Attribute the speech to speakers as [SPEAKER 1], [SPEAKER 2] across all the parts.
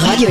[SPEAKER 1] Radio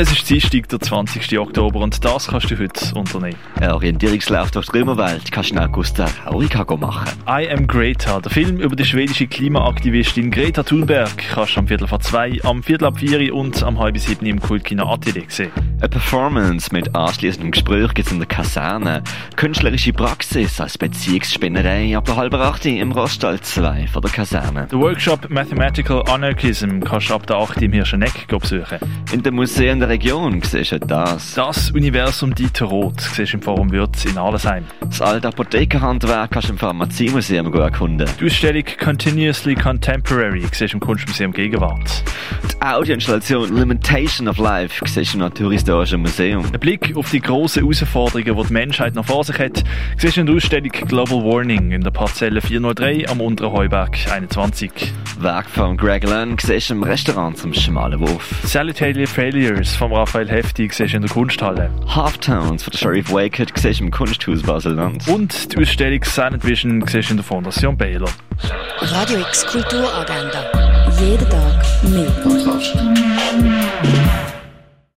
[SPEAKER 2] Es ist Dienstag, der 20. Oktober und das kannst du heute unternehmen.
[SPEAKER 3] Ein Orientierungslauf durch die Römerwelt kannst du in Augusta Rauricago machen.
[SPEAKER 2] I Am Greta, der Film über die schwedische Klimaaktivistin Greta Thunberg, kannst du am Viertel vor zwei, am Viertel ab vier und am halb sieben im Kultkino Atelier sehen.
[SPEAKER 3] Eine Performance mit anschließendem Gespräch gibt's in der Kaserne. Künstlerische Praxis als Beziehungsspinnerei ab der halben acht im Rostal 2 von der Kaserne.
[SPEAKER 2] Der Workshop Mathematical Anarchism kannst du ab der 8 im Hirscheneck besuchen.
[SPEAKER 3] In den Museen der Region siehst du das.
[SPEAKER 2] Das Universum Dieter Roth siehst du im Forum Würz in Allesheim.
[SPEAKER 3] Das alte Apothekerhandwerk kannst du im Pharmaziemuseum erkunden.
[SPEAKER 2] Die Ausstellung Continuously Contemporary siehst du im Kunstmuseum Gegenwart.
[SPEAKER 3] Die Audioinstallation Limitation of Life siehst du im Naturhistorischen
[SPEAKER 2] ein Blick auf die grossen Herausforderungen, die die Menschheit noch vor sich hat, siehst du in der Ausstellung Global Warning in der Parzelle 403 am unteren Heuberg 21.
[SPEAKER 3] Werk von Greg Lang siehst du im Restaurant zum schmalen Wurf.
[SPEAKER 2] Salutary Failures von Raphael Hefti siehst du in der Kunsthalle.
[SPEAKER 3] Halftones von Sheriff Wakehead siehst du im Kunsthaus Basel-Land.
[SPEAKER 2] Und die Ausstellung Silent Vision siehst du in der Fondation Baylor.
[SPEAKER 1] Radio X Kulturagenda. Jeden Tag mehr.